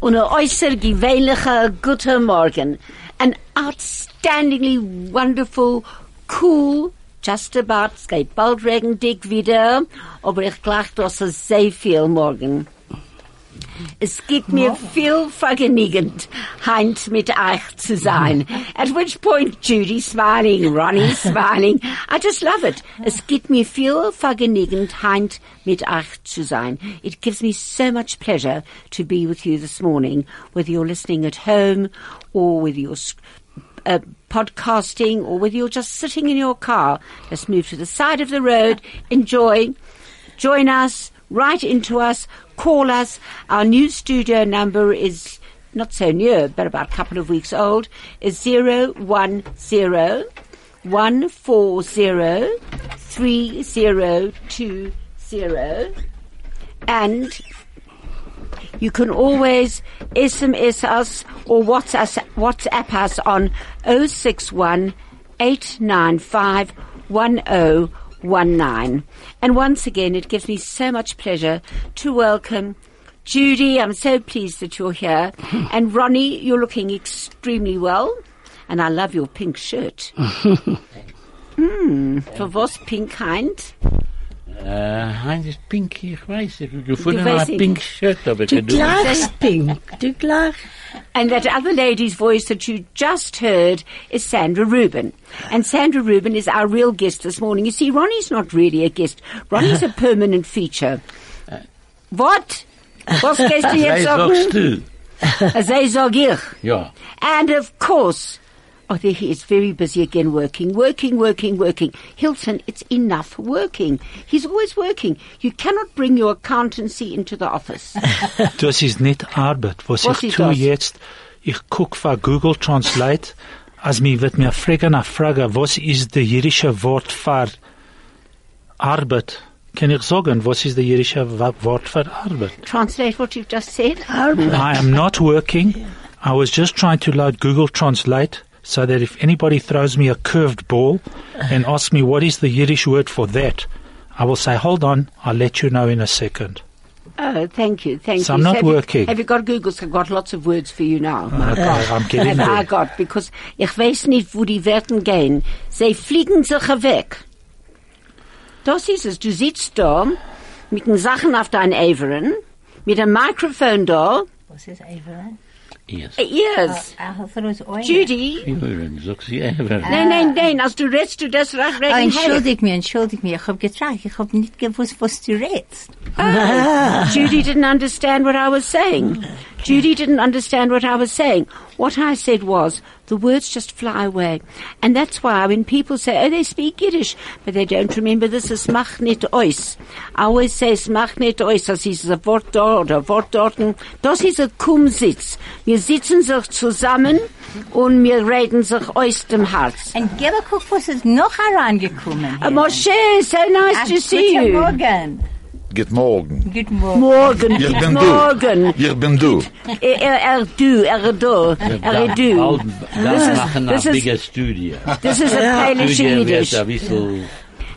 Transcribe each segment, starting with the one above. und ein äußer gewöhnlicher guter Morgen. An outstandingly wonderful, cool, just about, es geht bald regendick wieder, aber ich glaube, dass es sehr viel morgen. Es gibt mir viel vergnügend, Heinz mit euch zu sein. At which point Judy smiling, Ronnie smiling. I just love it. Es gibt mir viel vergnügend, Heinz mit euch zu sein. It gives me so much pleasure to be with you this morning, whether you're listening at home or whether you're uh, podcasting or whether you're just sitting in your car. Let's move to the side of the road, enjoy, join us, write into us, call us. Our new studio number is not so new, but about a couple of weeks old, is 010 140 3020. And you can always SMS us or WhatsApp, WhatsApp us on 061 895 1019. And once again, it gives me so much pleasure to welcome Judy. I'm so pleased that you're here. and Ronnie, you're looking extremely well. And I love your pink shirt. mm, for was pink kind? Uh, Heinz is pink, ich weiß het. Ik voel Je me weet een het. pink shirt heb ik Du gedaan. klagst, Pink. Du klagst. And that other lady's voice that you just heard is Sandra Rubin. And Sandra Rubin is our real guest this morning. You see, Ronnie's not really a guest. Ronnie's a permanent feature. What? Was gestern Jij jetzt zogst sagen? du. They sag ich. Ja. And of course, oh, there he is, very busy again, working, working, working, working. Hilton, it's enough working. He's always working. You cannot bring your accountancy into the office. Das ist nicht Arbeit. Was, Was ich ist tue das? jetzt, ich guck für Google Translate, als mir wird mir fragen nach Frage, was ist der jüdische Wort für Arbeit? Kann ich sagen, was ist der jüdische Wa- Wort für Arbeit? Translate what you've just said. I am not working. I was just trying to load Google Translate so that if anybody throws me a curved ball and asks me what is the Yiddish word for that, I will say, hold on, I'll let you know in a second. Oh, thank you, thank So you. I'm not have You, working. Oh, have you got Google? I've got lots of words for you now. My Okay, God. I'm getting have I there. got, because ich weiß nicht, wo die Werten gehen. Sie fliegen sich weg. Das ist es. Du sitzt da mit den Sachen auf deinen Averen, mit dem Mikrofon da. Äh, Was ist Evelyn? Yes. Yes. Ah, ich dachte, es ist Eulen. Judy. Even, zogst du even. Nein, nein, nein, als du redest, du das recht Ah, reden. entschuldig mich, entschuldig mich. Ich hab gefragt, ich hab nicht gewusst, was du redest. Oh, Judy didn't understand what I was saying. Judy didn't understand what I was saying. What I said was, the words just fly away. And that's why when people say, oh, they speak Yiddish, but they don't remember this, es macht nicht ois. I always say, es macht nicht ois, das ist ein Wort da oder Wort dorten. Das ist ein Kumsitz. Wir sitzen sich zusammen und wir reden sich aus dem Herz. Und gebe guck, was ist noch herangekommen. Uh, Moshe, so nice Ah, to see guten you. Morgen. Good morgen. Guten Morgen. Morgen, Ich guten bin du. Morgen. Ich bin du. Er, er, er do, er do, Eh, er Al- do. This Dat is- machen this een is- bigger studio. This is a Polish Studio werd Yiddish. een wissel.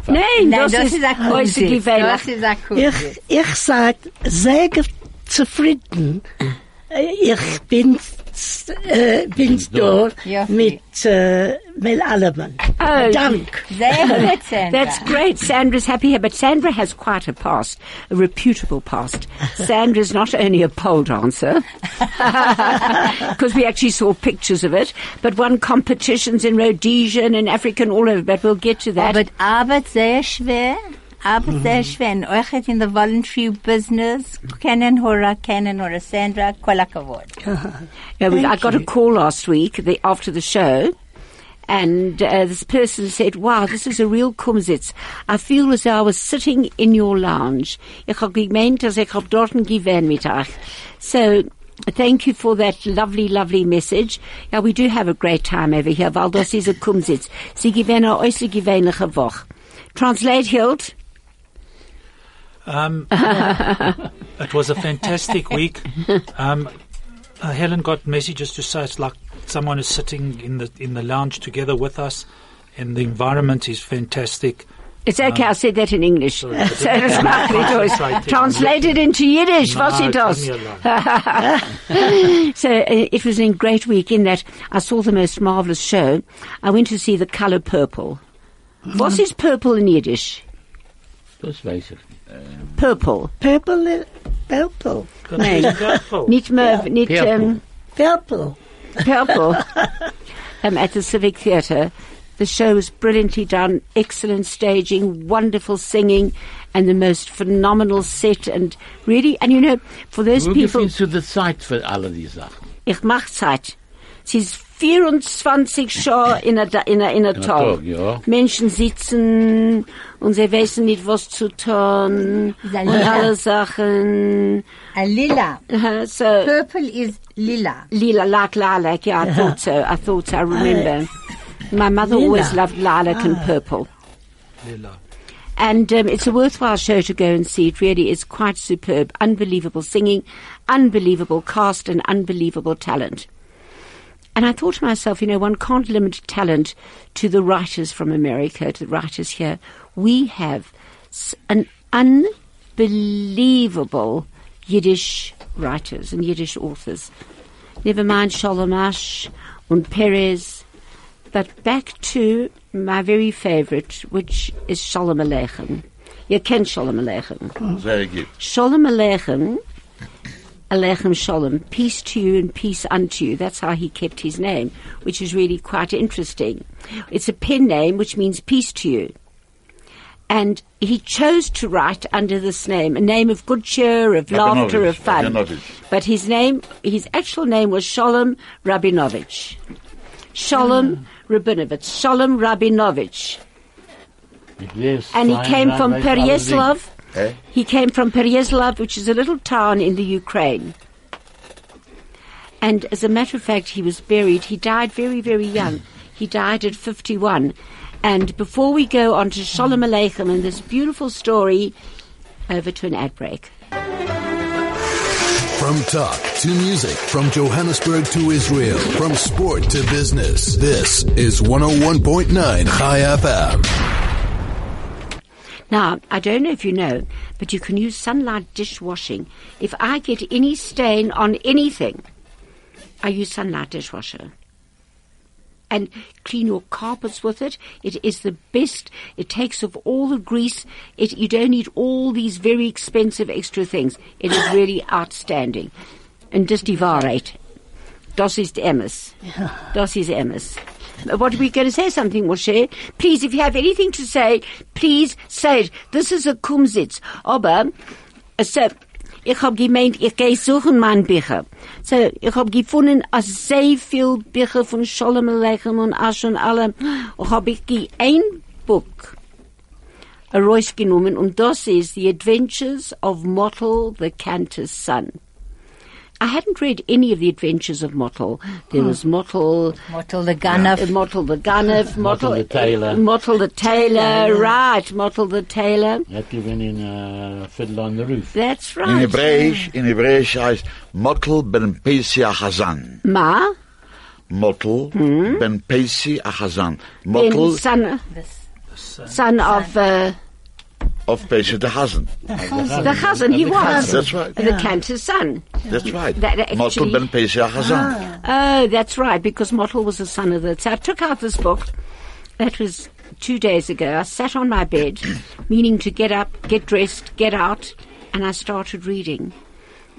Nein, Nein, das, ist ein Kumpel. äußerst Das gefährlich. ist ein Kumpel. Ich, ich sag, sehr ge- zufrieden. Ich bin, äh, bin da Ja. Äh, mit, äh, mit allem. Oh, Dank. Sehr gut, Sandra. That's great. Sandra's happy here, but Sandra has quite a past, a reputable past. Sandra's not only a pole dancer, because we actually saw pictures of it, but won competitions in Rhodesia and in Africa and all over, but we'll get to that. Aber die Arbeit sehr schwer. Arbeit sehr schwer. Und euch hat in der Voluntary Business kennen, Hora kennen, oder Sandra, Kolakavod. No, we, I got a call last week the, after the show, and uh, this person said, "Wow, this is a real Kumsitz. I feel as though I was sitting in your lounge. Ich hab gemeint, dass ich hab dort gewesen mit euch." So. Thank you for that lovely, lovely message. Yeah, we do have a great time over here. Weil das ist ein Kumsitz. Sie gewähne eine äußerst gewähnliche Woche. Translate, Hilt. Um, it was a fantastic week. Um, uh, Helen got messages to say it's like someone is sitting in the in the lounge together with us, and the environment is fantastic. It's okay, I'll say that in English. So das macht nicht aus. Translated. Translated into Yiddish, was Uh, No, it does. leave me alone. so uh, it was a great week in that I saw the most marvelous show. I went to see The Color Purple. What is purple in Yiddish? Das weiß ich nicht. Purple. Purple, eh, purple, Nein. Nicht mehr, nicht, um, purple. Purple um, at the Civic Theatre. The show was brilliantly done, excellent staging, wonderful singing, and the most phenomenal set. And really, and you know, for those Wo people, findest du die Zeit für alle die Sachen? ich mach Zeit. Sie ist 24 Show in a, da- in a, in a Tag. Tag, ja. Menschen sitzen und sie wissen nicht, was zu tun Salina. und alle Sachen. A lila. Uh, so, Purple is lila. Lila, like lilac. Yeah, I thought so. I thought so. I remember. My mother always loved lilac and purple. And um, it's a worthwhile show to go and see. It really is quite superb. Unbelievable singing, unbelievable cast, and unbelievable talent. And I thought to myself, you know, one can't limit talent to the writers from America, to the writers here. We have s- an unbelievable Yiddish writers and Yiddish authors. Never mind Sholomash and Perez, but back to my very favorite, which is Shalom Aleichem. You can Shalom Aleichem. Sehr gut. Shalom Aleichem, Aleichem Shalom, peace to you and peace unto you. That's how he kept his name, which is really quite interesting. It's a pen name which means peace to you. And he chose to write under this name, a name of good cheer, of laughter, of fun. Rabinovich. But his name, his actual name was Shalom Rabinovich. Shalom Rabinovich. Shalom Rabinovich. And he came from Pereyaslav. Eh? He came from Pereyaslav, which is a little town in the Ukraine. And as a matter of fact, he was buried. He died very, very young. He died at 51. And before we go on to Shalom Aleichem and this beautiful story, over to an ad break. From talk to music, from Johannesburg to Israel, from sport to business, this is 101.9 High FM. Now, I don't know if you know, but you can use sunlight dishwashing. If I get any stain on anything, I use sunlight dishwasher. And clean your carpets with it. It is the best. It takes off all the grease. It, you don't need all these very expensive extra things. It is really outstanding. And just devourate. Das ist Emmes. Das ist Emmes. What are we going to say? Something, Moshe? Please, if you have anything to say, please say it. This is a Kumsitz. Aber, so, ich hab gemeint, ich gehe suchen mein Bücher. So, ich hab gefunden, als sehr viel Bücher von Sholem Aleichem und Asch und allem, und hab ich ge- ein Buch herausgenommen, und das ist The Adventures of Mottle the Cantor's Son. I hadn't read any of the adventures of Mottle. Hmm. There was Mottle, Mottle the gunner. uh, Mottle the Gunner, Mottle the Tailor. uh, Mottle the Tailor, right, Mottle the Tailor. Hat gewinnen in uh, Fiddle on the Roof. That's In right. Hebräisch, in Hebräisch heißt Mottel ben Pesi Achazan. Ma, Mottel Hmm? ben Pesi Achazan. then Mottel son, This- son of uh, of Pesi de Hazen. the cousin, he was. That's right. The cantor's son. That's right. That actually- Ah. Mottel ben Pesi Achazan. Oh, that's right, because Mottle was a son of the. So I took out this book. That was two days ago. I sat on my bed, meaning to get up, get dressed, get out, and I started reading.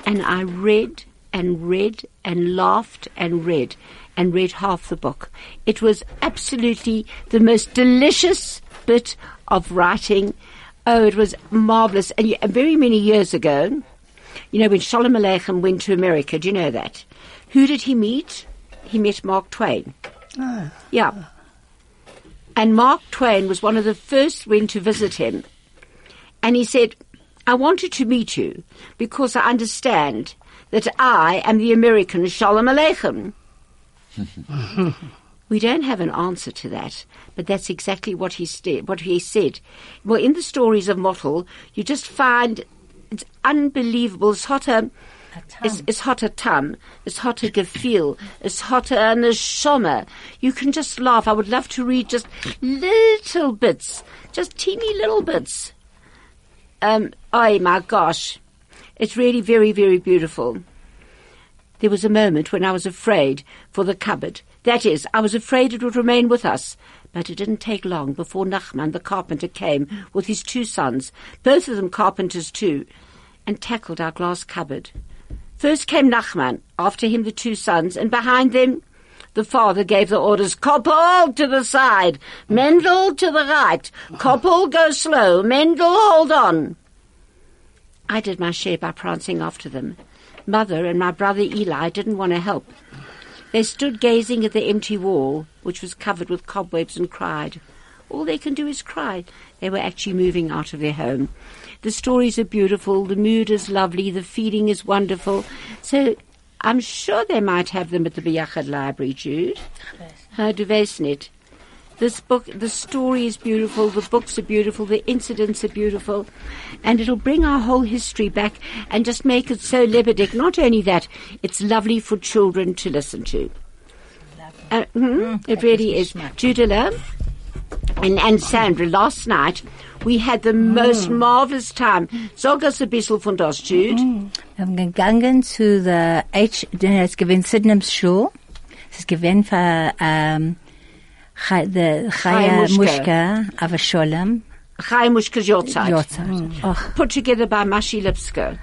And I read and read and laughed and read and read half the book. It was absolutely the most delicious bit of writing. Oh, it was marvelous. And you- very many years ago, you know, when Sholem Aleichem went to America, do you know that? Who did he meet? He met Mark Twain. Yeah. And Mark Twain was one of the first went to visit him. And he said, I wanted to meet you because I understand that I am the American Shalom Aleichem. We don't have an answer to that, but that's exactly what he sta- what he said. Well, in the stories of Mottle, you just find it's unbelievable. It's hot, um, Es, es hat a tam. Es hat a gefühl. Es hat a neshama. You can just laugh. I would love to read just little bits. Just teeny little bits. Um, oh my gosh. It's really very, very beautiful. There was a moment when I was afraid for the cupboard. That is, I was afraid it would remain with us. But it didn't take long before Nachman the carpenter came with his two sons, both of them carpenters too, and tackled our glass cupboard. First came Nachman, after him the two sons, and behind them the father gave the orders, Koppel to the side, Mendel to the right, Koppel go slow, Mendel hold on. I did my share by prancing after them. Mother and my brother Eli didn't want to help. They stood gazing at the empty wall, which was covered with cobwebs, and cried. All they can do is cry. They were actually moving out of their home. The stories are beautiful, the mood is lovely, the feeling is wonderful. So I'm sure they might have them at the Biyachad Library, Jude. Uh, du weißt nicht. This book, the story is beautiful, the books are beautiful, the incidents are beautiful, and it'll bring our whole history back and just make it so lebendig. Not only that, it's lovely for children to listen to. Uh, mhm, it really is. Judela and, and Sandra, last night we had the most marvelous time. Sag us a bissel von das, Jude. Wir haben gegangen zu der H, es gewinnt Sydenham's Schule. Es gewinnt für, ähm, Chai- der Chaya Muschke. Muschka, aber Scholem. Chaimush Kajotzeit. Ja, Zeit. Ach, Put together by Mashi Lipska.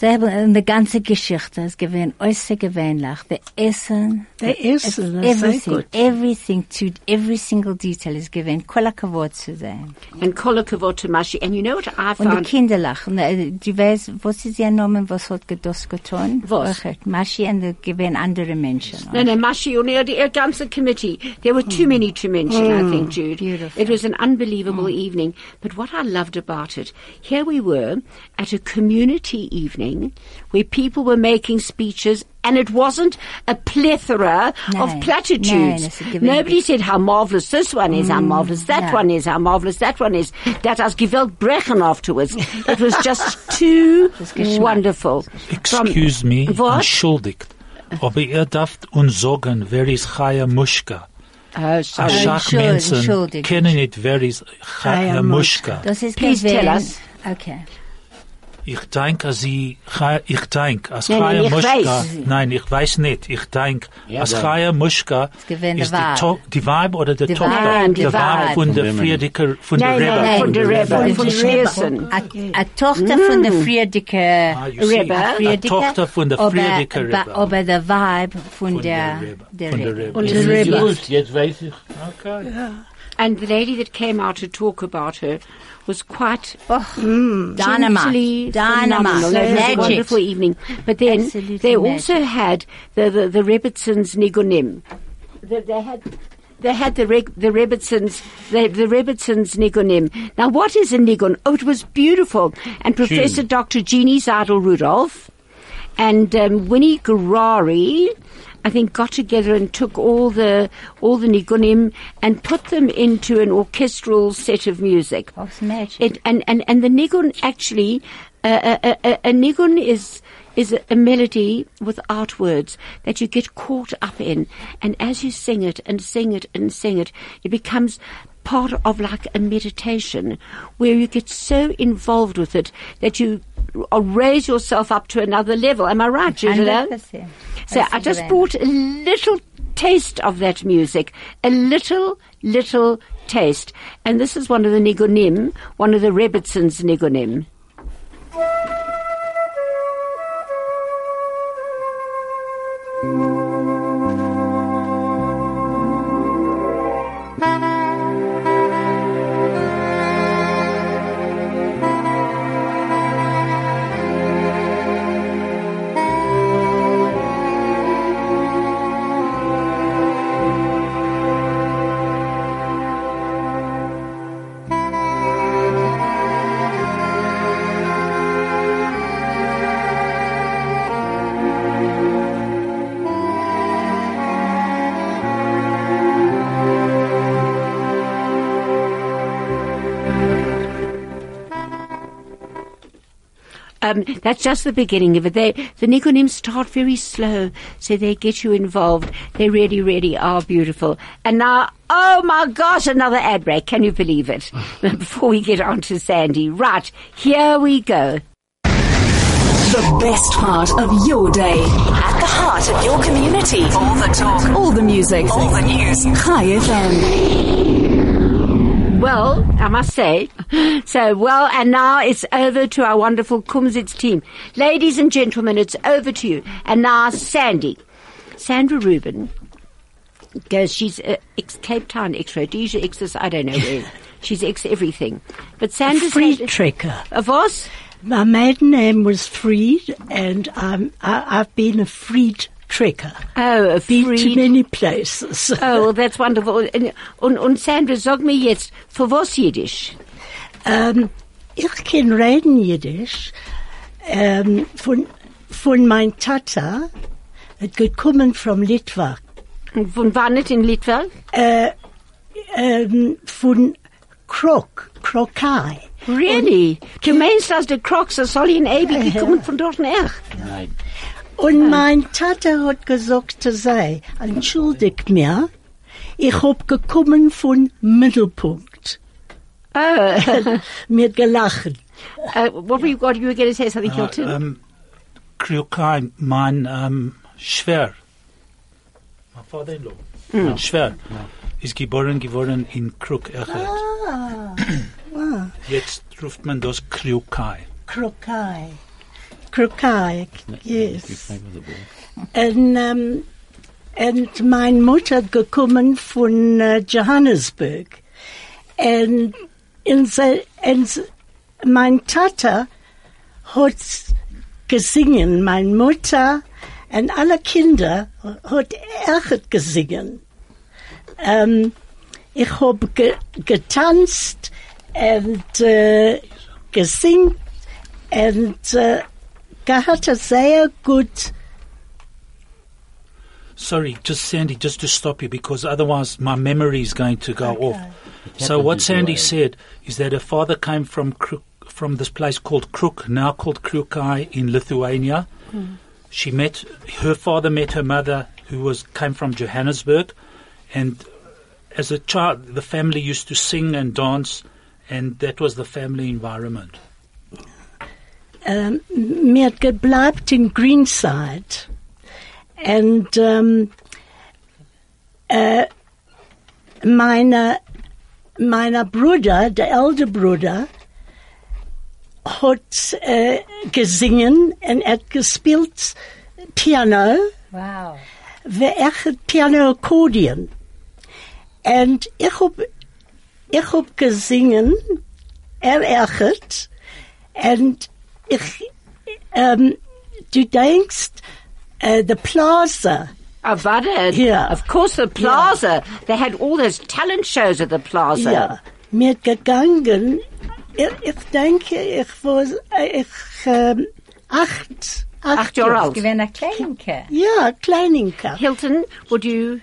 sie haben äh, die ganze Geschichte, es gewinnt äußergewöhnlich. Der Essen, Der Essen, das ist Äh, everything, sehr gut. everything, to every single detail ist gewinnt. Kolakavot zu sein. And Kolakavot to Mashi. And you know what I Und die found? Kinder lachen. Äh, Du weißt, was ist ihr Name, was hat das getan? Was? Ach, Maschi und da gewähren andere Menschen. No, no, Mashi, you know, the Ganze committee. There were too many to mention, I think, Jude. Mm. Beautiful. Mm. It was an unbelievable evening. But what I loved about it, here we were at a community evening where people were making speeches and it wasn't a plethora No. of No, platitudes. that's a given. Nobody said how marvelous this one is, how marvelous that no. one is, how marvelous that one is. That has gewelt brechen afterwards. it was just too Geschmack. wonderful. From- Excuse me, What? entschuldigt. Aber ihr darft uns sagen, wer ist Chaya Muschka? Oh, A sorry. Schach entschuldigt, Menschen entschuldigt. kennen nicht, wer ist Chaya Chaya Muschka. Muschka. Das ist Please tell gewähren- us. Okay. Ich denke, sie, Chaya- ich denke, als Nein, nein, Chaya ich Muschka, weiß. nein, ich weiß nicht, ich denke, als aber- Chaya Muschka gewähnt ist der die, Wahl. To die Weib oder die Die Tochter, Wahl, die der Wahl. Weib von der Von dem- Friedrich, von der Nein, nein, Rebbe. von der Rebbe. Rebbe, von Von der Schneerson. A, a Tochter von Mm. der Friedeke. Ah, you see, Rebbe. a Friedeke, Tochter von der aber- Friedrike uh, ba- Rebbe. Aber der Weib von Von der, der Rebbe. der Von der Rebbe. Rebbe. Und Jetzt das ist Rebbe. gewusst, Jetzt weiß ich. Okay. And the lady that came out to talk about her was quite Och, gently Oh. phenomenal. Dynamite. Dynamite. It was a Magic. wonderful evening. But then Absolutely they also had the the, the Rebbitzins Nigunim. They, they had. They had the Reg- the Rebbitzins the, the Rebbitzins Nigunim. Now, what is a Nigun? Oh, it was beautiful. And Professor Dr. Jeannie Zadel Rudolph and um, Winnie Guerrari, I think, got together and took all the all the Nigunim and put them into an orchestral set of music. Oh, it's magic. It, and, and, and the nigun actually, uh, a, a, a nigun is is a melody without words that you get caught up in, and as you sing it and sing it and sing it, it becomes part of like a meditation where you get so involved with it that you r- raise yourself up to another level. Am I right, Judela? 100%. So I just brought a little taste of that music, a little, little taste. And this is one of the Nigunim, one of the Rebbitzins Nigunim. Thank Um, that's just the beginning of it. They, the Niconims start very slow, so they get you involved. They really, really are beautiful. And now, oh my gosh, another ad break. Can you believe it? Before we get on to Sandy. Right, here we go. The best part of your day. At the heart of your community. All the talk. All the music. All the news. Hi FM. Well, I must say. So, well, and now it's over to our wonderful Kumsitz team. Ladies and gentlemen, it's over to you. And now, Sandy. Sandra Rubin goes, she's uh, ex Cape Town, ex Rhodesia, ex this, I don't know where. she's ex everything. But Sandra's. Free trekker. Of us? My maiden name was Freed, and I'm, I, I've been a freed trekker. Oh, a Been to free. many places. Oh, well, that's wonderful. And, und, und Sandra, sag mir jetzt, für was Jiddisch? Ähm, ich kann reden Jiddisch ähm, von, von mein Tata, hat gekommen von Litwa, Und Von wann nicht in Litwa? Äh, ähm, von Krok, Krokai. Really? Du meinst, dass der Crocs aus Solly in Abi gekommen von dort nach? Nein. Und mein Tata hat gesagt zu sei, entschuldigt mir, ich hab gekommen von Mittelpunkt. Mir gelachen. Oh, Uh, what were you, what you were going to say? Something, Hilton? Um, Kriukai, mein um, Schwer, my father-in-law, Hm. mein Schwer, ist geboren geworden in Kruk, Echert. Ah. Jetzt ruft man das Kriukai. Krokai. Krokai, yes. Thank you for the ball. En, um, en mijn moeder gekomen van eh, Johannesburg. En, in ze, en ze- mijn tata had gezingen. Mijn moeder en alle kinderen had erg gezingen. Um, ik heb ge, getanst en uh, gezingen. En uh, gehad een zeer goed... Sorry, just Sandy, just to stop you because otherwise my memory is going to go off. So what is Sandy right. said is that her father came from Kruk, from this place called Kruk, now called Krukai in Lithuania. She met her father met her mother who was came from Johannesburg, and as a child the family used to sing and dance, and that was the family environment. ähm, mir hat gebleibt in Greenside. Und ähm, äh, meine, meiner Bruder, der ältere Bruder, hat äh, gesungen und hat gespielt Piano, Wow. wer er Piano Akkordeon. Und ich hab, ich hab gesingen, er erchert, und ich, ähm, du denkst, äh, the Plaza, I've had it. Yeah. Of course, the Plaza. They had all those talent shows at the Plaza. ja, mir gegangen, ich, ich denke, ich war, äh, ich, ähm, acht, acht, Acht Jahre alt. Gewinn a Kleinke. Ja, Kleininka. Hilton, would you?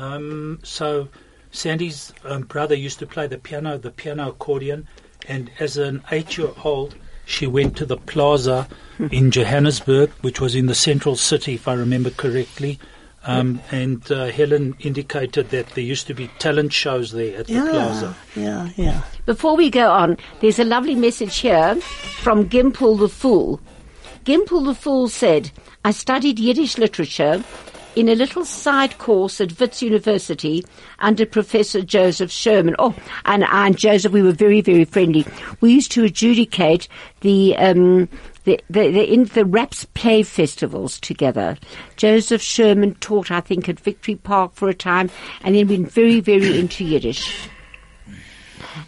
Um, so Sandy's um, brother used to play the piano, the piano accordion, and as an eight-year-old, she went to the plaza in Johannesburg, which was in the central city, if I remember correctly. Um, and uh, Helen indicated that there used to be talent shows there at the Ja, plaza. ja, ja. Before we go on, there's a lovely message here from Gimple the Fool. Gimple the Fool said, I studied Yiddish literature in a little side course at Wits University under Professor Joseph Sherman. Oh, and, and Joseph, we were very, very friendly. We used to adjudicate the, um, the, the, the, in the Raps Play Festivals together. Joseph Sherman taught, I think, at Victory Park for a time, and then went very, very into Yiddish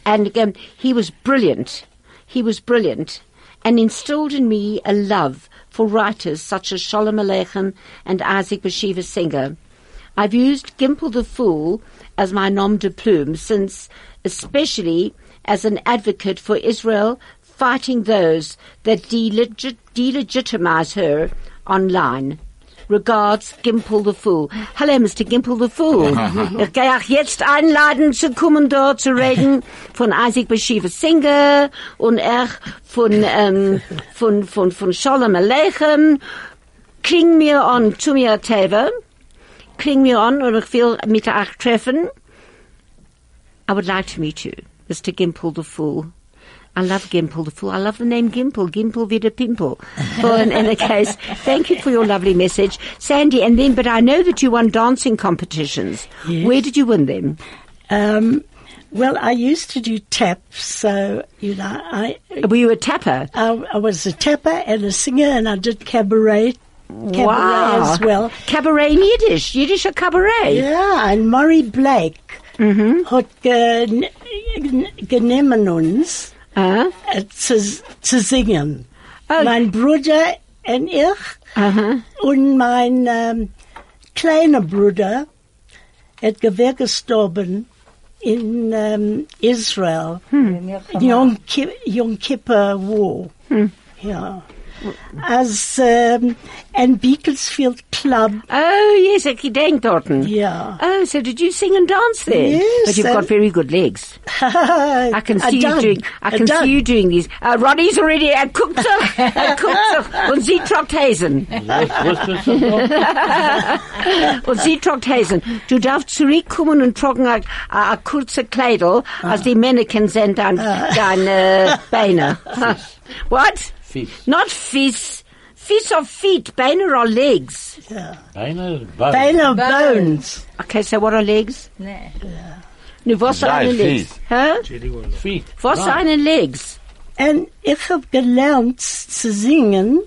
and again, he was brilliant. He was brilliant, and instilled in me a love for writers such as Sholem Aleichem and Isaac Bashiva Singer. I've used Gimple the Fool as my nom de plume since, especially as an advocate for Israel fighting those that delegit- delegitimize her online. Regards, Gimple the Fool. Hallo, Mr. Gimple the Fool. ich gehe auch jetzt einladen zu kommen dort zu reden von Isaac Bashiva Singer und er von, ähm, von, von, von Shalom Aleichem. Kling mir an, zu mir Teva. Kling mir an und ich will mit euch treffen. I would like to meet you, Mr. Gimple the Fool. I love Gimple the Fool. I love the name Gimple. Gimple with a pimple. Well, in any case, thank you for your lovely message, Sandy. And then, but I know that you won dancing competitions. Yes. Where did you win them? Um, well, I used to do taps, so you know, I Were you a tapper? I, I was a tapper and a singer, and I did cabaret, cabaret wow. as well. Cabaret in Yiddish. Yiddish a cabaret. Yeah, and Murray Blake Mm-hmm. hat gen- genommen uns Huh? äh, zu, zu singen. Oh. Mein Bruder und ich Uh-huh. und mein ähm, kleiner Bruder hat gewer gestorben in ähm, Israel. Hm. Yom, Ki Yom Kippur War. Hm. Ja. Als ähm, ein Beatlesfield Club. Oh, yes, a Kidang Dorton. Ja. Oh, so did you sing and dance there? Yes, But you've and- got very good legs. I can see you doing. I can see you doing these. Uh, Ronnie's already at Kupzach, at Kupzach, und sie trockt Hasen, Was, was, was, was, was? und sie trockt Hasen. Du darfst zurückkommen und trocken a, a, a kurze Kleidel, als die Männer kennen sind dein, deine Beine. What? Fies. Not fies. Fies or feet. Beine or legs. Bijna, bijna. Bale of Bones. Okay, so what are legs? Nee. Nu, was Nein, seine Legs? feet. Huh? Fiet. Was Nou, seine Legs? En ik heb gelernt zu singen.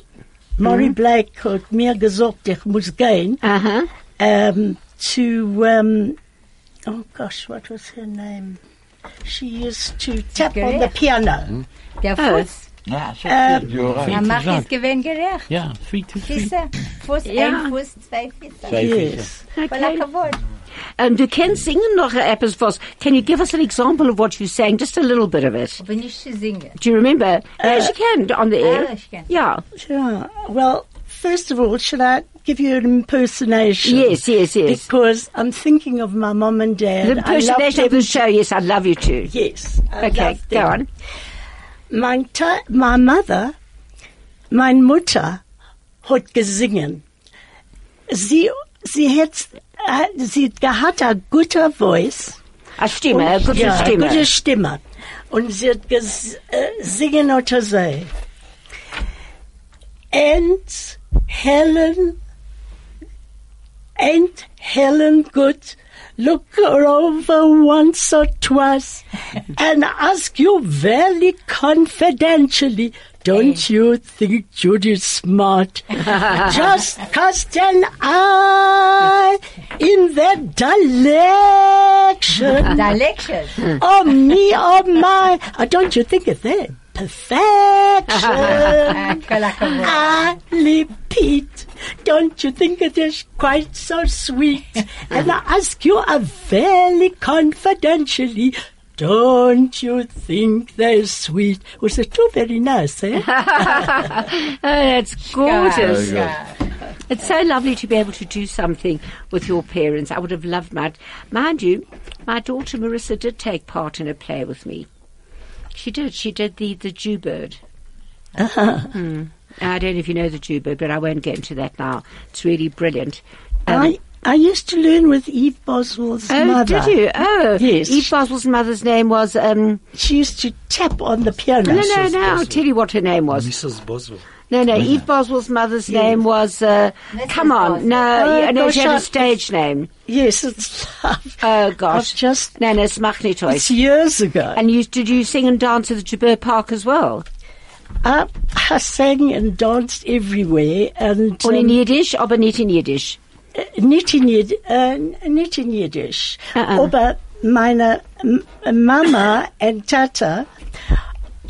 Murray Hmm? Blake hat mir gesagt, ich muss gehen. Aha. um, to um, oh gosh, what was her name? She used to tap on the Gerecht. piano. Der Oh. Fuß. Ja, so Eh, viel, you're right. Er macht Interessant. es gewinn gerecht. Ja, fiet is fiet. Füße. Fuß, Ja. ein Fuß, zwei Füße. Twee vissen. Yes. Kolla Okay. Kavod. Um, du kennst singen noch äh, etwas was. Can you give us an example of what you sang? Just a little bit of it. Bin ich zu singen. Do you remember? Uh, yes, you can on the air. yes, you can. Yeah. Yeah. Well, first of all, should I give you an impersonation? Yes, yes, yes. Because I'm thinking of my mom and dad. the I loved impersonation of them. the show. Yes, I'd love you to. Yes. I okay, loved go them. on. Mein Ta my mother, meine Mutter hat gesungen. Sie, sie hat, äh, sie hat eine gute Voice. A stimme, a good ja, stimme. gute Stimme. Und sie hat äh, gesungen oder so. And Helen, and Helen good, look her over once or twice and ask you very confidentially, don't you think Judy's smart? Just cast an eye in that direction. Da Lectures. Oh me, oh my! Oh, don't you think of that? Perfection. Kolla Kavod. I repeat, don't you think it is quite so sweet? And I ask you a very confidentially. Don't you think they're sweet? Was it too very nice, eh? Oh, that's gorgeous. It's so lovely to be able to do something with your parents. I would have loved my, mind you, my daughter Marissa did take part in a play with me. She did. She did the the Jew bird. Mm. I don't know if you know the Jew bird, but I won't get into that now. It's really brilliant. Um, I, I used to learn with Eve Boswell's oh, mother. did you? Oh, Yes. Eve Boswell's mother's name was. Um, She used to tap on the piano. no, no, Mrs. no. I'll Boswell. tell you what her name was. Mrs. Boswell. No, no. Eve Boswell's mother's name was. Uh, Mrs. come on, Boswell. no, Oh, yeah, no. She had a gosh, I- stage name. Yes, it's love. Oh I've gosh. just No, no, it's mach nicht it's euch. years ago. And you, did you sing and dance at the Jabir Park as well? I, I sang and danced everywhere and Or um, in Yiddish, aber nicht in Yiddish. nicht in, Jid, äh, nicht in Jiddisch. Uh-uh. Aber meine M Mama und Tata,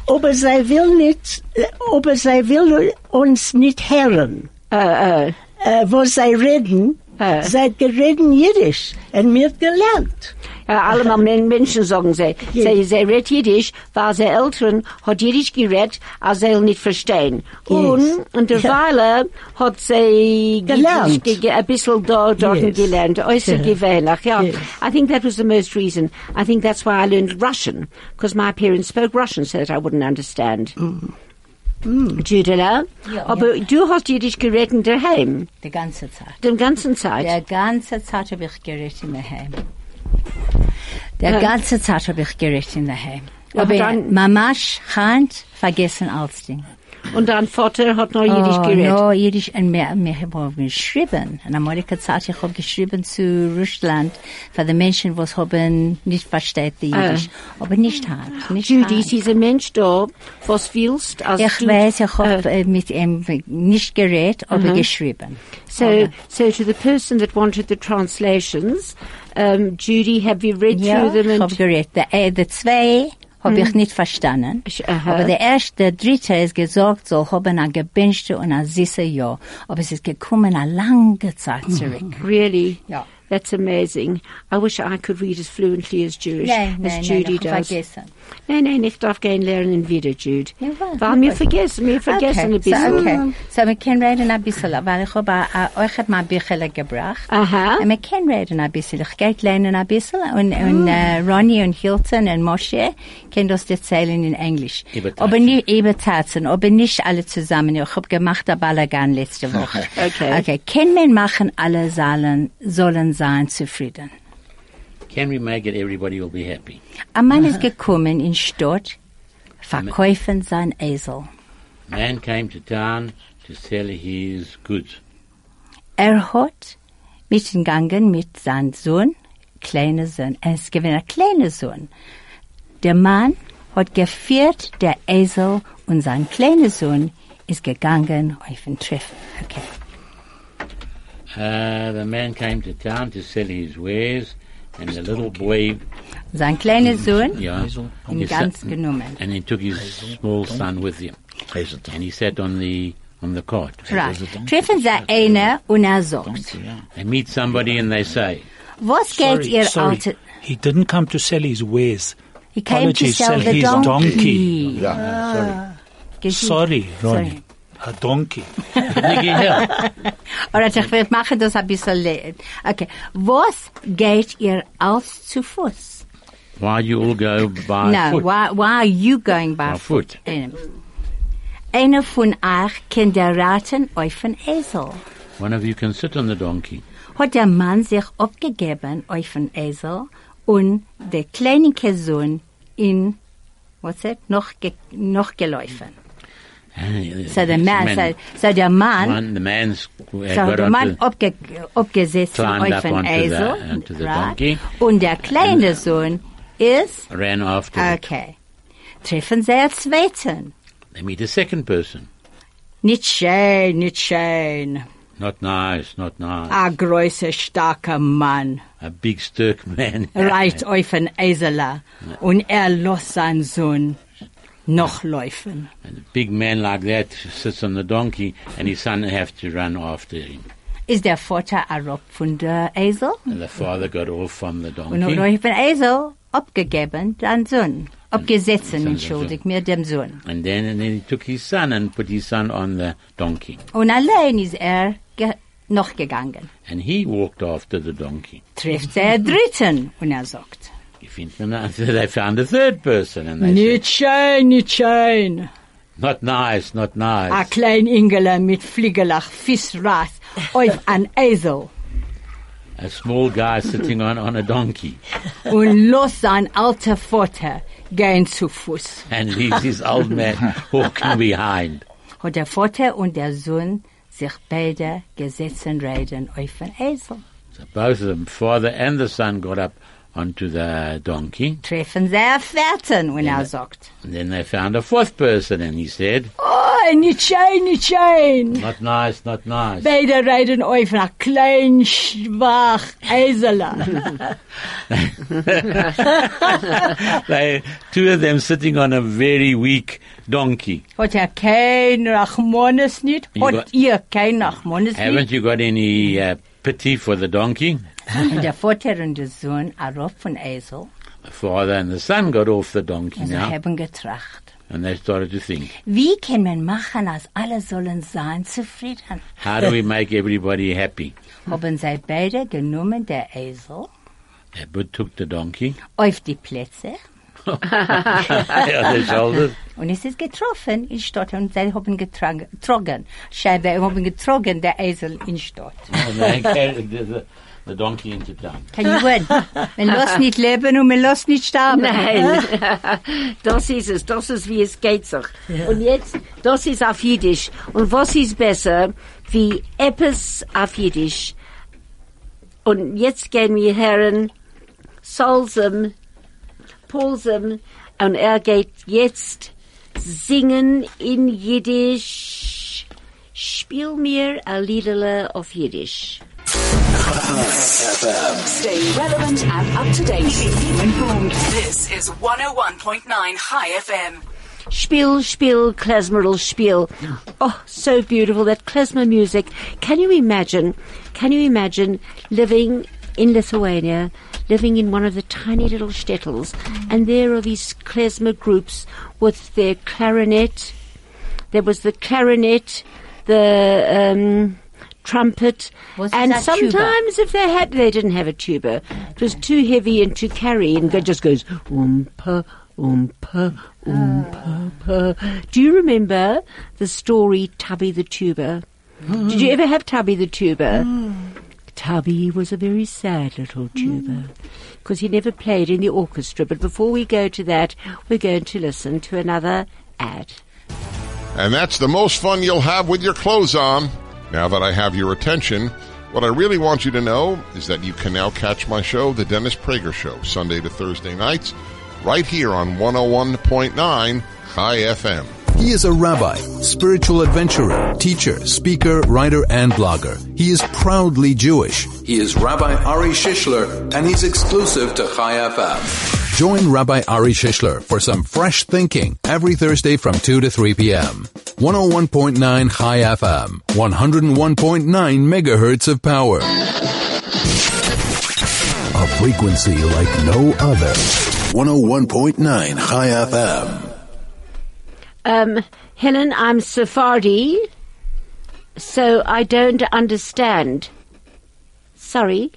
aber sie will nicht, äh, aber sie will uns nicht hören, Oh, oh, äh, wo sie reden. Äh. Sie hat gereden Jiddisch und mir gelernt. Äh, allemal Men- Menschen sagen sie. Sie, sie redet Jiddisch, weil sie Eltern hat Jiddisch geredet, als sie nicht verstehen. Und, und derweile hat sie Gelernt. Jiddisch ge- ein bisschen da, dort Yes. gelernt, äußerst Ja. gewöhnlich, ja. Yes. I think that was the most reason. I think that's why I learned Russian, because my parents spoke Russian so that I wouldn't understand. Mm. Judela, Ja. aber du hast Jiddisch geredet in der Heim, Die ganze Zeit. den ganzen Zeit. Die ganze Zeit habe ich geredet in der Heim. Die Ja. ganze Zeit habe ich geredet in der Heim. Aber Aber dann- Mamasch, Hand, vergessen als Ding. Und dein Vater hat noch Jiddisch Ah, oh, geredet. No, Jiddisch. Und wir, wir haben geschrieben. In Amerika Zeit, ich habe geschrieben zu Russland, für die Menschen, die es haben nicht versteht, die Ah. Jiddisch. Aber nicht hart. Nicht Judy, hart. sie ist ein Mensch da, was willst, als Ich du... weiß, ich äh, habe äh, mit ihm nicht geredet, aber geschrieben. Mhm. so, so to the person that wanted the translations, um, Judy, have you read Ja, through them? ich and- habe geredet. Der, äh, der zwei habe ich nicht verstanden. Mhm. Ich- aha. Aber der erste, der dritte ist gesagt, so haben ein gewünschte und ein süße Jahr. Aber es ist gekommen, eine lange Mhm. Zeit zurück. Really? Ja. That's amazing. I wish I could read as fluently as Jewish as Nein, nein, nein, Judy ich habe does. vergessen. Nein, nein, ich darf gehen lernen wieder, Jude. Ja, wa- Weil wir okay. vergessen, wir vergessen ein bisschen. So, okay. so wir können reden ein bisschen, weil ich habe äh, euch hat mal Bücherle gebracht. Aha. Und wir können reden ein bisschen. Ich gehe lernen ein bisschen und, und äh, Ronny und Hilton und Moshe können das erzählen in Englisch. Über Tatzen. aber nicht über Tatzen, aber nicht alle zusammen. Ich habe gemacht ein Balagan letzte Woche. Okay. Okay. Können wir machen, alle sollen, sollen sein zufrieden. Can we make it? Everybody will be happy. Ein Mann ist gekommen in Stadt, verkaufen sein Esel. Man came to town to sell his goods. Er hat mitgegangen mit seinem Sohn, kleiner Sohn. Es gewinnt ein kleiner Sohn. Der Mann hat geführt der Esel und sein kleiner Sohn ist gegangen auf den Treffen. Okay. Uh, the man came to town to sell his wares, and the little boy, Sein kleiner Sohn yeah, ihn his ganz son- genommen. and he took his small son with him, and he sat on the on the cart. Right. Treffen sie einer und er sagt, They meet somebody and they say, was geht Sorry, ihr sorry. alte... He didn't come to sell his wares. He came to Apologies, sell sell the his donkey. donkey. Yeah, sorry. Gesehen? Sorry, Sorry. Ronnie. A donkey. "Biggie hell." Alright, ich will machen das ein bisschen leer. Okay. Was geht ihr als zu Fuß? Why you all go by No, foot? why, why are you going by By foot? foot. Um, Einer von euch kann der Raten auf den Esel. One of you can sit on the donkey. Hat der Mann sich abgegeben auf den Esel und der kleine Sohn in, was it, noch, ge, noch geläufen. So der Mann, so, so der Mann, One, the man's had so got der Mann onto, abge, abgesessen Climbed auf up den onto the- Esel. onto the donkey. Und der kleine Sohn ist, ran after. it. okay, treffen sie einen zweiten. They meet a second person. Nicht schön, nicht schön. Not nice, not nice. Ein großer, starker Mann a big sturk man. reicht auf den Eseler und er lässt seinen Sohn noch laufen. And a big man like that sits on the donkey, and his son have to run after him. Ist der Vater Arab von der Esel? And the father got off from the Und donkey. okay. auf den Esel abgegeben, dein Sohn. Abgesetzt, Sohn, entschuldigt mir, dem Sohn. And then, and then he took his son and put his son on the donkey. Und allein ist er ge noch gegangen. And he walked after the donkey. Trifft der Dritten und er sagt, If he- They found a third person, and they said, Nicht schön, nicht schön. not nice, not nice. Ah, A klein Ingele mit Fliegelach, Fischras, auf ein Esel. a small guy sitting on, on a donkey Und los sein alter Vater gehen zu Fuß. and leaves his old man walking behind. hat der Vater und der Sohn sich beide gesetzt und reden auf den Esel. So both of them, father and the son, got up onto the donkey. Treffen sie einen Vierten und er sagt, And then they found a fourth person and he said, Oh, nicht schön, nicht schön. not nice, not nice. Beide reiten auf ein klein, schwach Eseler. they, two of them sitting on a very weak donkey. Hat er kein Rachmones nicht? You Hat got- ihr kein Rachmones nicht? Haven't you got any uh, pity for the donkey? Und der Vater und der Sohn, Arof von Esel, The father and the son got off the donkey also now, haben getracht. and they started to think, Wie kann man machen, als alle sollen sein zufrieden? how do we make everybody happy? Haben sie beide genommen, der Esel, They both took the donkey auf die Plätze on their shoulders. und es ist getroffen in Stadt und sie haben getragen, getragen, scheinbar haben getragen, der Esel in Stadt. and they carried the, the, the donkey into town. Kann ich wohl. Man lässt nicht leben und man lässt nicht sterben. Nein, das ist es, das ist wie es geht sich. Und jetzt, das ist auf Jiddisch. Und was ist besser, wie etwas auf Jiddisch? Und jetzt gehen wir hören, Solsem, Polsem, und er geht jetzt singen in Jiddisch. Spiel mir ein Liedele auf Jiddisch. Stay relevant and up to date. Keep informed. This is 101.9 High FM. Spiel, spiel, klezmeral spiel. Oh, so beautiful, that klezmer music. Can you imagine, can you imagine living in Lithuania, living in one of the tiny little shtetls, and there are these klezmer groups with their clarinet. There was the clarinet, the, um, trumpet, Was and that tuba? sometimes if they had, they didn't have a tuba. It was too heavy and to carry, and it just goes oompa oompa oompa. pa. Do you remember the story Tubby the Tuba? Did you ever have Tubby the Tuba? Tubby was a very sad little tuba because he never played in the orchestra. But before we go to that, we're going to listen to another ad. And that's the most fun you'll have with your clothes on. Now that I have your attention, what I really want you to know is that you can now catch my show, The Dennis Prager Show, Sunday to Thursday nights, right here on 101.9 High FM. He is a rabbi, spiritual adventurer, teacher, speaker, writer, and blogger. He is proudly Jewish. He is Rabbi Ari Shishler, and he's exclusive to Chai FM. Join Rabbi Ari Shishler for some fresh thinking every Thursday from 2 to 3 p.m. 101.9 High FM, 101.9 megahertz of power. A frequency like no other. 101.9 High FM. Um, Helen, I'm Sephardi, so I don't understand. Sorry.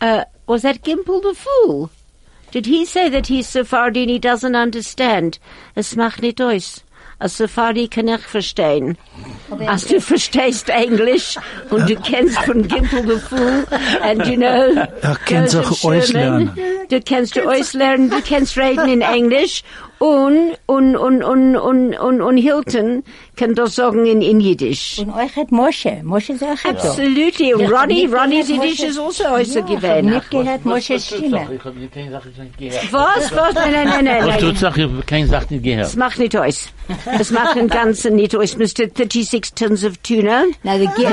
Uh, was that Gimple the Fool? Did he say that he's Sephardi and he doesn't understand? Es macht nicht aus. A Sephardi kann ich verstehen. Als du verstehst Englisch und du kennst von Gimple the Fool and you know... Er kennt sich Joseph Sherman, Du kennst du euch lernen, du kennst reden in Englisch und, und, und, und, und, und, und Hilton kann das sagen in, in Jiddisch. Und euch hat Moshe. Moshe ist euch hat so. Absolutely. Und Ja, Ronnie, nicht Ronnie's gehört, Jiddisch Moshe- ist also euch so Ja, ich hab gewesen. nicht gehört Mosches Stimme. Was, was, nein, nein, nein, nein, nein. Es macht nicht aus. Es macht den Ganzen nicht aus. Mr. 36 Tons of Tuna. Na, der Ge-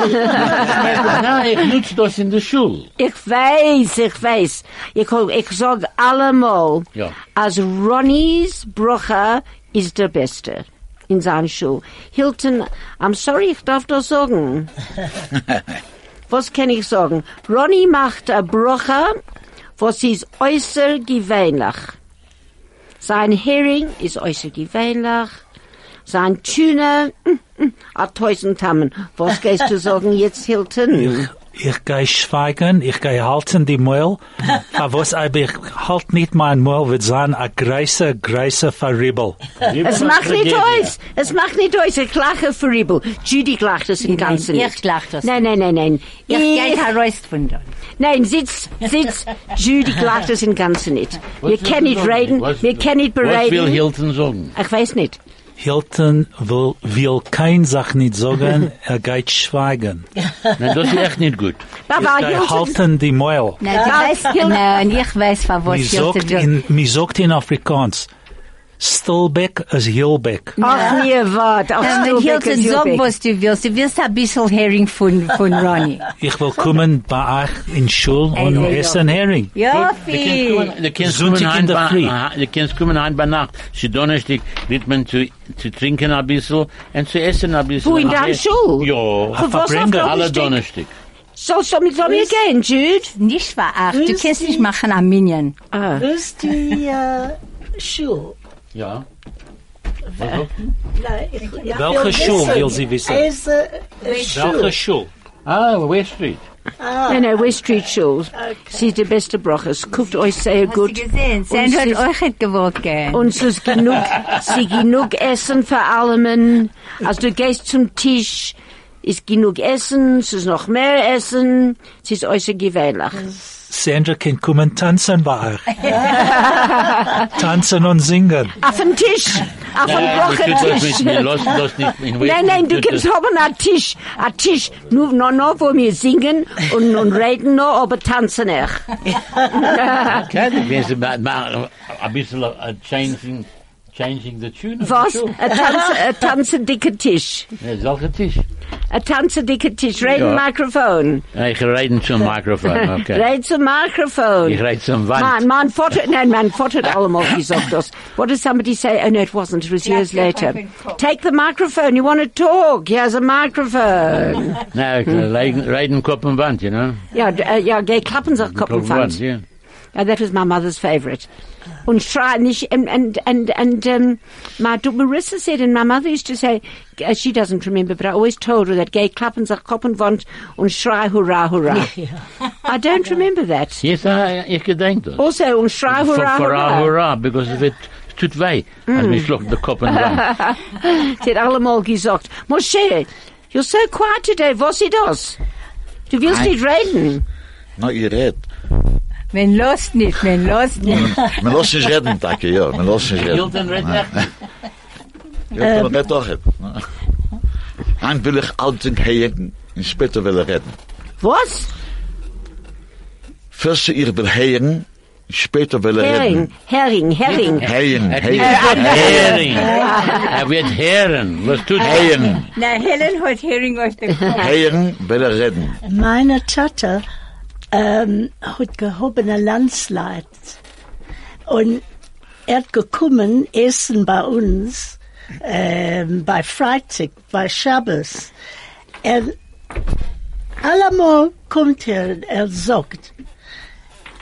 Ich weiß, ich weiß. Ich, ich sag allemal, Ja. als Ronnies Brocher ist der Beste in seinem Schuh. Hilton, I'm sorry, ich darf das sagen. was kann ich sagen? Ronnie macht a Brocher, was ist äußergewöhnlich. Sein Hering ist äußergewöhnlich. Sein Tuna, mm, mm, a tausend Tammen. Was gehst du sagen jetzt, Hilton? Ich gehe schweigen, ich gehe halten die Maul, aber was aber ich halt nicht mein Maul wird sein, a greiser, greiser Verribbel. Es macht nicht aus. Es macht nicht aus. Ich lache für Übel. Judy dus lacht es im Nein, Ganzen ich nicht. lach das Nein, nein, nein, nein. Ich gehe heraus von dort. nein, sitz, sitz. Judy dus lacht es im Ganzen nicht. Wir können nicht reden. Wir können nicht What will bereden. Hilton sagen? Ich weiß nicht. Hilton will, will kein Sach nicht sagen, er geht schweigen. Nein, das ist echt nicht gut. Baba, ich gehe Hilton. halten die Maul. Na, die weiß, na, und ich weiß, von was Mir sagt Hilton in, mir sagt in Afrikaans, Stilbeck is Hilbeck. Ach, mir Wort. Ach, Wenn du Hilton sagt, Hilton was du willst, du willst ein bisschen Hering von, von Ronny. Ich will kommen bei euch in Schul und Ey, essen Hering. Ja, viel. The kids Zondag kommen in ein de bei Früh. ah, die Kids kommen ein bei Nacht. Sie Donnerstag wird man zu, zu trinken ein bisschen und zu essen ein bisschen. Wo in Und deinem dann- Schuh? Ja. Für was auf Verbrenner. Donnerstag? Alle Donnerstag. So, so mit Tommy Yes. again, Jude. Nicht veracht. Du Grüß kannst dich. nicht machen am Minion. Ah. Where's the uh, shoe? Yeah. Like, ja, Welche wir Schuhe wissen, will sie wissen? Es, äh, Schuhe. Welche Schule? Ah, West Street. Nein, nein, West Street Shoes. Sie ist die beste Broches. Kauft euch sehr Hast gut. du gesehen? Und Sie sie- hat euch nicht gewollt gehen. Und es ist genug, sie genug Essen vor allem. Als du gehst zum Tisch, ist genug Essen, es ist noch mehr Essen, es ist äußerst gewöhnlich. Sandra kann kommen tanzen bei euch. tanzen und singen. Auf den Tisch! Auf den Brochentisch! Nein, nein, du kannst haben einen Tisch, einen Tisch, nur noch, noch, wo wir singen und, und reden noch, aber tanzen nicht. Can be about about a bit of uh, changing, changing the tune. of the Was? show. Ein Tanz, ein tanzendicker Tisch. Ja, solche Tisch. Ein tanzendicker Tisch, reden Ja. Mikrofon. Ja, Ich rede zum Mikrofon, okay. Red zum Mikrofon. Ich rede zum Wand. Man, man, Vater, nein, man, Vater hat allemal gesagt das. What did somebody say? Oh no, it wasn't. It was years Yes, yes, later. I've been caught. Take the microphone. You want to talk? Here's a microphone. Nein, ich rede, rede Kopf und Wand, you know. ja, d- äh, ja, geh klappen sich Kopf und Pfand. ja. Yeah, Uh, that was my mother's favourite. Und schreien nicht, and, and, and, and um, my daughter Marissa said, and my mother used to say, uh, she doesn't remember, but I always told her that gay klappen sich Kopf und Wand und schrei hurrah, hurrah. I don't remember that. Yes, I, ich gedenk das. Also, und schrei hurra, hurrah, hurrah. hurra, because if it tut weh, als mich schluckt der Kopf und Wand. Sie hat allemal gesagt, Moshe, you're so quiet today, was ist das? Du willst nicht reden. Na, ihr redet. Man lost nicht, man lost nicht. Man lässt nicht reden, danke, ja. Man lässt nicht reden. Hilton redet nicht. Ich kann nicht doch reden. Ein will ich alten Heiden, und später will ich reden. Was? First ich will Heiden, später will ich Hering, reden. Hering, Hering. Heiden, Heiden, Hering. Er wird Heren. Was tut Heiden, Na, Helen hat Hering auf den Kopf. Heiden will ich reden. Meine Tante ähm, hat gehoben ein Landsleit. Und er hat gekommen, essen bei uns, ähm, bei Freitag, bei Schabbos. Er, allemal kommt er, er sagt,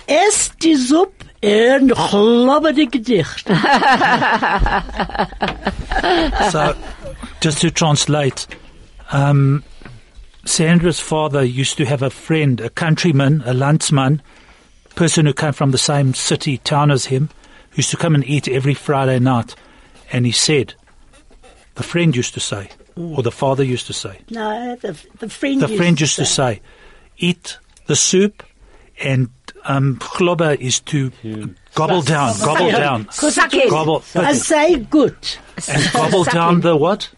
ess die Suppe und glaube die Gedicht. So, just to translate, um, Sandra's father used to have a friend, a countryman, a landsman, person who came from the same city, town as him, who used to come and eat every Friday night. And he said, the friend used to say, or the father used to say, No, the, the friend the used friend to used to say. say, eat the soup and um, globa is to gobble down, gobble down, Suck it. gobble, I say good. and gobble down the what?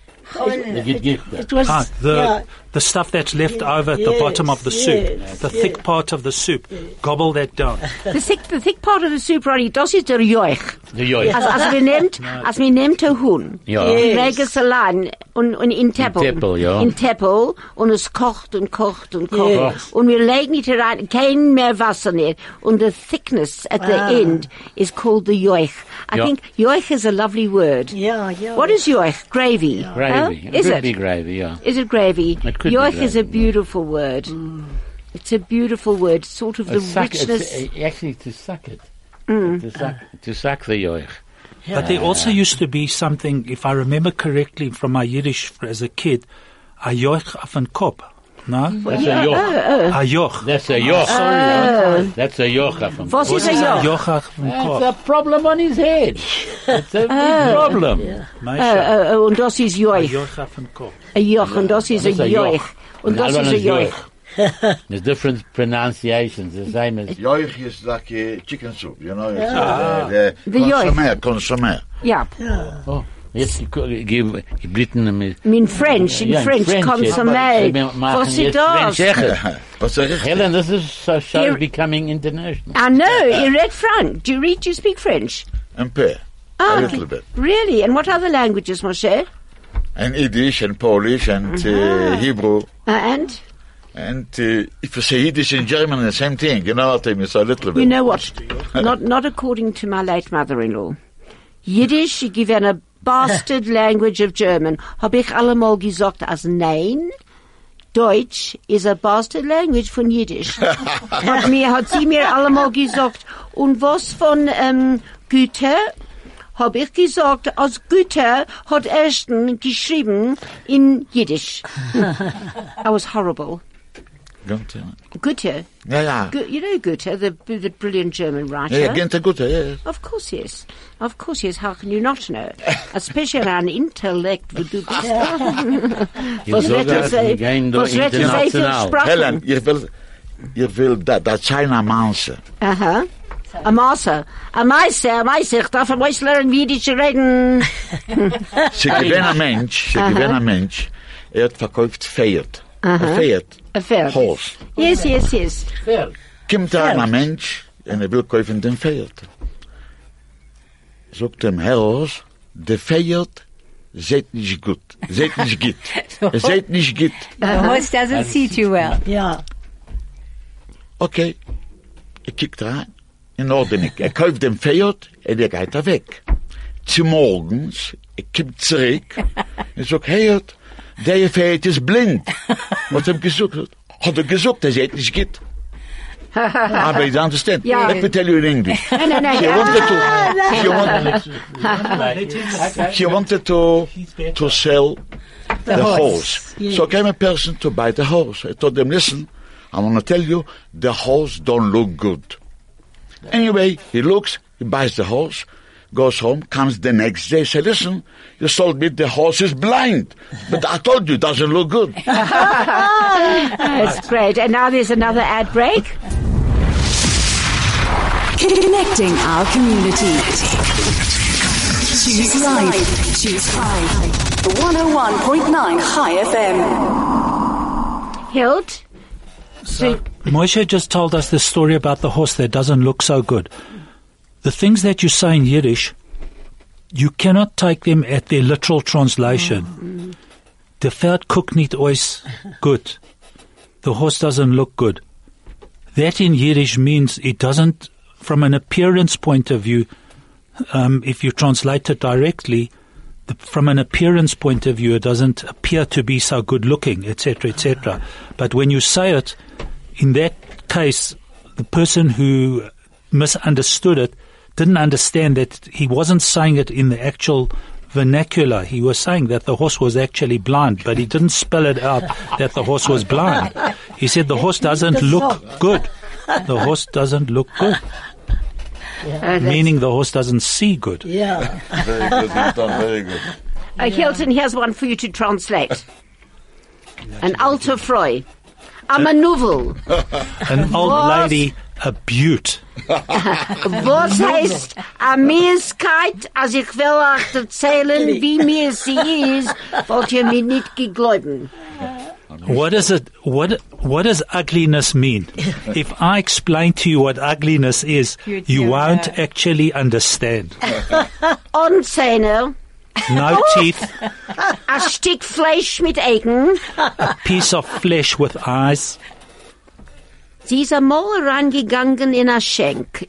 It was Ah, the yeah, the stuff that's left over at the bottom of the yes, soup, yes, the thick part of the soup. Gobble that down. The thick, the thick part of the soup, Ronnie, das ist der Joich. Der Joich. Als, als wir nehmt, als wir nehmt ein Huhn. Ja. In Yes. Reges allein und, und in Teppel. In Teppel, ja. In Teppel und es kocht und kocht und kocht. Yes. Und wir legen nicht rein, kein mehr Wasser nicht. Und the thickness at Ah. the end is called the Joich. I Ja. think Joich is a lovely word. yeah, yeah. What is Joich? Gravy. Gravy. Huh? Is could it? be gravy, yeah. Is it gravy? It could be Joich is a gravy, yeah. beautiful word. It's a beautiful word. Sort of the suck, richness. Mm. it's, uh, actually, to suck it. To, suck, to suck the yoich. But there also used to be something, if I remember correctly from my Yiddish fr- as a kid, a yoich auf den Kopf. No? That's a Uh. yoich. A yoich. That's a yoich. Ah. That's a yoich. from- Was is a A Joich? yoich auf Uh, den That's Kopf. a problem on his head. It's a big Ah. problem. uh, Meisha, Oh, oh, und das ist a Joich. yoich auf den Kopf. A joch, and das is a That's a joich. yoich. Und das Another is a one is joich. yoich. There's different pronunciations. The same as Joich is like uh, chicken soup, you know. It's, uh, the, the, The yoich. consomme, consomme. Ja, oh, yes, you could give Britain a mein French, in Yeah, in French, French, consommé. yeah. Was ist Yes, das? French, yeah. Was er richtig? Helen, this is so, so Here- becoming international. I know, you read French. Do you read, do you speak French? Ein P. Ah, a little bit. Really? And what other languages, Moshe? And Yiddish and Polish and uh, Hebrew. Uh, and? And uh, if you say Yiddish and German, the same thing. You know what I mean? So a little bit. You know what? Not, not according to my late mother-in-law. Yiddish, sie given a bastard language of German. Hab ich allemal gesagt als nein? Deutsch is a bastard language von Jiddisch. hat, mir, hat sie mir allemal gesagt, und was von ähm, Goethe? Hab ich gesagt, als Goethe hat Ashton geschrieben in Jiddisch. I was horrible. Gunther. Goethe. Ja, ja. Go- you know Goethe, the, the brilliant German writer. Ja, ja, Gunther Guter, ja, ja. Of course, yes. Of course, yes. How can you not know? Especially an intellect would do best. Was sogar rettet sie? gehen da Was rettet sie für international. Sprachen? Helen, ich will, ich will da, da China Mouse. Aha. Uh-huh. A Maße. A Meise, a Meise. Ich darf am Meise lernen, wie die zu reden. Sie gewinnt ein Mensch, Uh-huh. sie gewinnt ein Mensch. Er hat verkauft Pferd. Uh-huh. Ein Pferd. A Pferd. Horse. Yes, yes, yes. Kommt da ein er Mensch und er will kaufen den Pferd. Sogt dem Herrhaus, der Pferd seht nicht gut. Seht nicht gut. Er seht nicht gut. The horse doesn't see too well. Yeah. Okay. Er kickt rein. In Ordnung. Er kauft den Pferd und er geht da weg. Zu morgens, er kommt zurück. Er sagt, hey, der Pferd ist blind. Was hat er gesucht? Hat er gesucht, er sieht nicht geht. Aber you understand. Ja. Let me tell you in English. Nein, nein, nein. She wanted to, she wanted, she He wanted to, to sell the, horse. So came a person to buy the horse. I told them, listen, I'm going to tell you, the horse don't look good. Anyway, he looks, he buys the horse, goes home, comes the next day, say, listen, you sold me the horse is blind. But I told you, it doesn't look good. That's great. And now there's another ad break. Connecting our community. Choose life. Choose pride. 101.9 High FM. Hilt. Moshe just told us this story about the horse that doesn't look so good. The things that you say in Yiddish, you cannot take them at their literal translation. The Pferd guckt nicht aus gut. The horse doesn't look good. That in Yiddish means it doesn't, from an appearance point of view, um, if you translate it directly, the, from an appearance point of view, it doesn't appear to be so good looking, etc., etc. But when you say it, in that case, the person who misunderstood it didn't understand that he wasn't saying it in the actual vernacular. He was saying that the horse was actually blind, but he didn't spell it out that the horse was blind. He said the horse doesn't look good. The horse doesn't look good, Uh, that's- meaning the horse doesn't see good. Yeah. Very good, very good. Uh, Hilton, here's one for you to translate. An alter Freu. I'm a novel. An old What? lady, a butte. Was heißt a Mieskeit, als ich will euch erzählen, wie mir sie ist, wollt ihr mir nicht gegläuben. What is it? What What does ugliness mean? if I explain to you what ugliness is, you, You'd never- won't actually understand. Unzähne, No teeth, a Stück Fleisch mit Ecken. piece of flesh with eyes. Sie ist einmal reingegangen in a Schenk,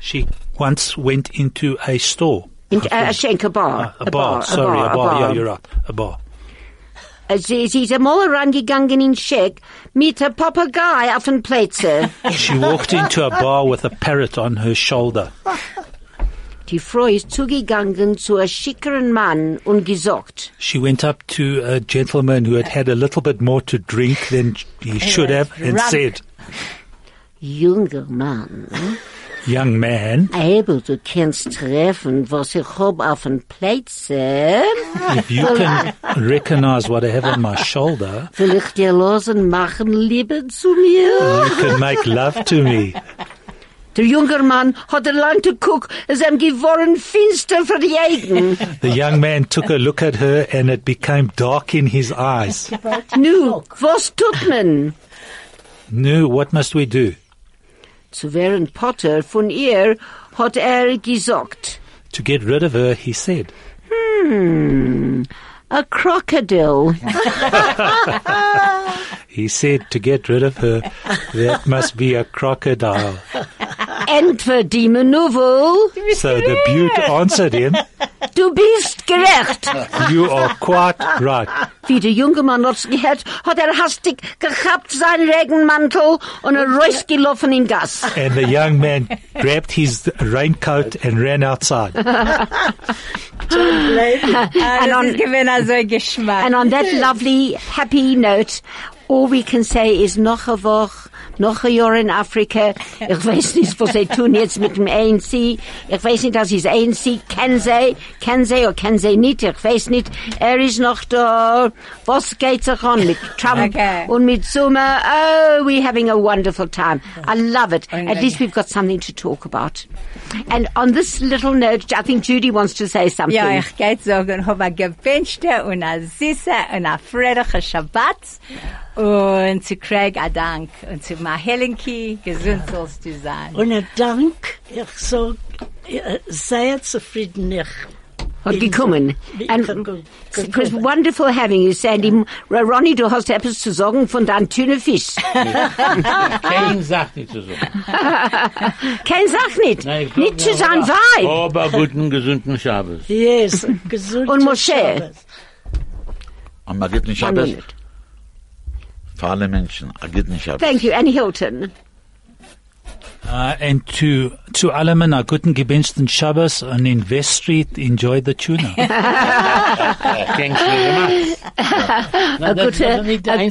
She once went into a store. in äh, a, a Schenk, a bar. A, bar, sorry, a bar. Yeah, you're right. A bar. Äh, Sie, sie ist einmal reingegangen in Schenk mit a Papagei auf den Plätze. She walked into a bar with a parrot on her shoulder. Die Frau ist zugegangen zu einem schickeren Mann und gesagt, She went up to a gentleman who had had a little bit more to drink than he should have and drunk. said, junger Mann, Young man, aber du kannst treffen, was ich hab auf den Plätze, if you can recognize what I have on my shoulder, will ich dir losen machen, Liebe zu mir. you can make love to me. Der junge Mann hat er lang geguckt, es ihm geworden finster für die Augen. The young man took a look at her and it became dark in his eyes. Nu, was tut man? No, what must we do? Zu Warren Potter von ihr hat er gesagt, To get rid of her, he said. "Hm, a crocodile. He said to get rid of her, that must be a crocodile. Entweder die Manöver So the butte answered him, Du bist gerecht. You are quite right. Wie der junge Mann hat's gehört, hat er hastig gehabt seinen Regenmantel und er rausgelaufen in Gas. And the young man grabbed his raincoat and ran outside. And on, given us a also Geschmack. And on that lovely, happy note, all we can say is noch a Woche, noch a Jahr in Afrika. Ich weiß nicht, was sie tun jetzt mit dem ANC. Ich weiß nicht, dass ist ANC. Kennen sie, kennen sie oder kennen sie nicht. Ich weiß nicht. Er ist noch da. Was geht sich an mit Trump Okay. und mit Zuma? Oh, we're having a wonderful time. I love it. At least we've got something to talk about. And on this little note, I think Judy wants to say something. Ja, ich geht sagen, hab a gewünschte und a süße und a fröhliche Schabbat und zu Craig a Dank und zu Mahelenki gesund sollst du sein. Und ein Dank, ich sag, äh, sehr zufrieden, ich. Hat gekommen. Ich And kann ge- It was gekommen. wonderful having you, Sandy. Ronnie, du hast etwas zu sagen von deinem Tünefisch. Ah. Kein sagt nicht zu so. Kein Sach nicht. Nein, ich glaub nicht zu nicht, sein aber- Oh, Weib. Aber guten, gesunden Schabes. Yes, gesund. Und Moshe. Und man geht nicht One Schabes. minute. Für alle Menschen, man geht nicht Schabes. Thank you, Annie Hilton. Uh, and to to Alaman, I couldn't give Benston Shabbos and in West Street enjoy the tuna. Klingt gemacht. A gute, a gute,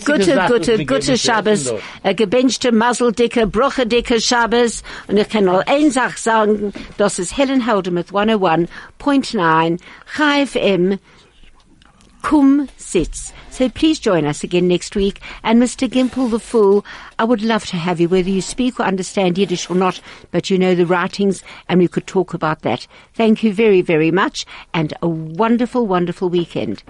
gute, gute Schabes. A gebenchte, maseldicke, brochedicke Schabes. Und ich kann nur eine Sache sagen, das ist Helen Houdemuth 101.9 HFM. Kum Sitz. So please join us again next week. And Mr. Gimple the Fool, I would love to have you, whether you speak or understand Yiddish or not, but you know the writings and we could talk about that. Thank you very, very much and a wonderful, wonderful weekend.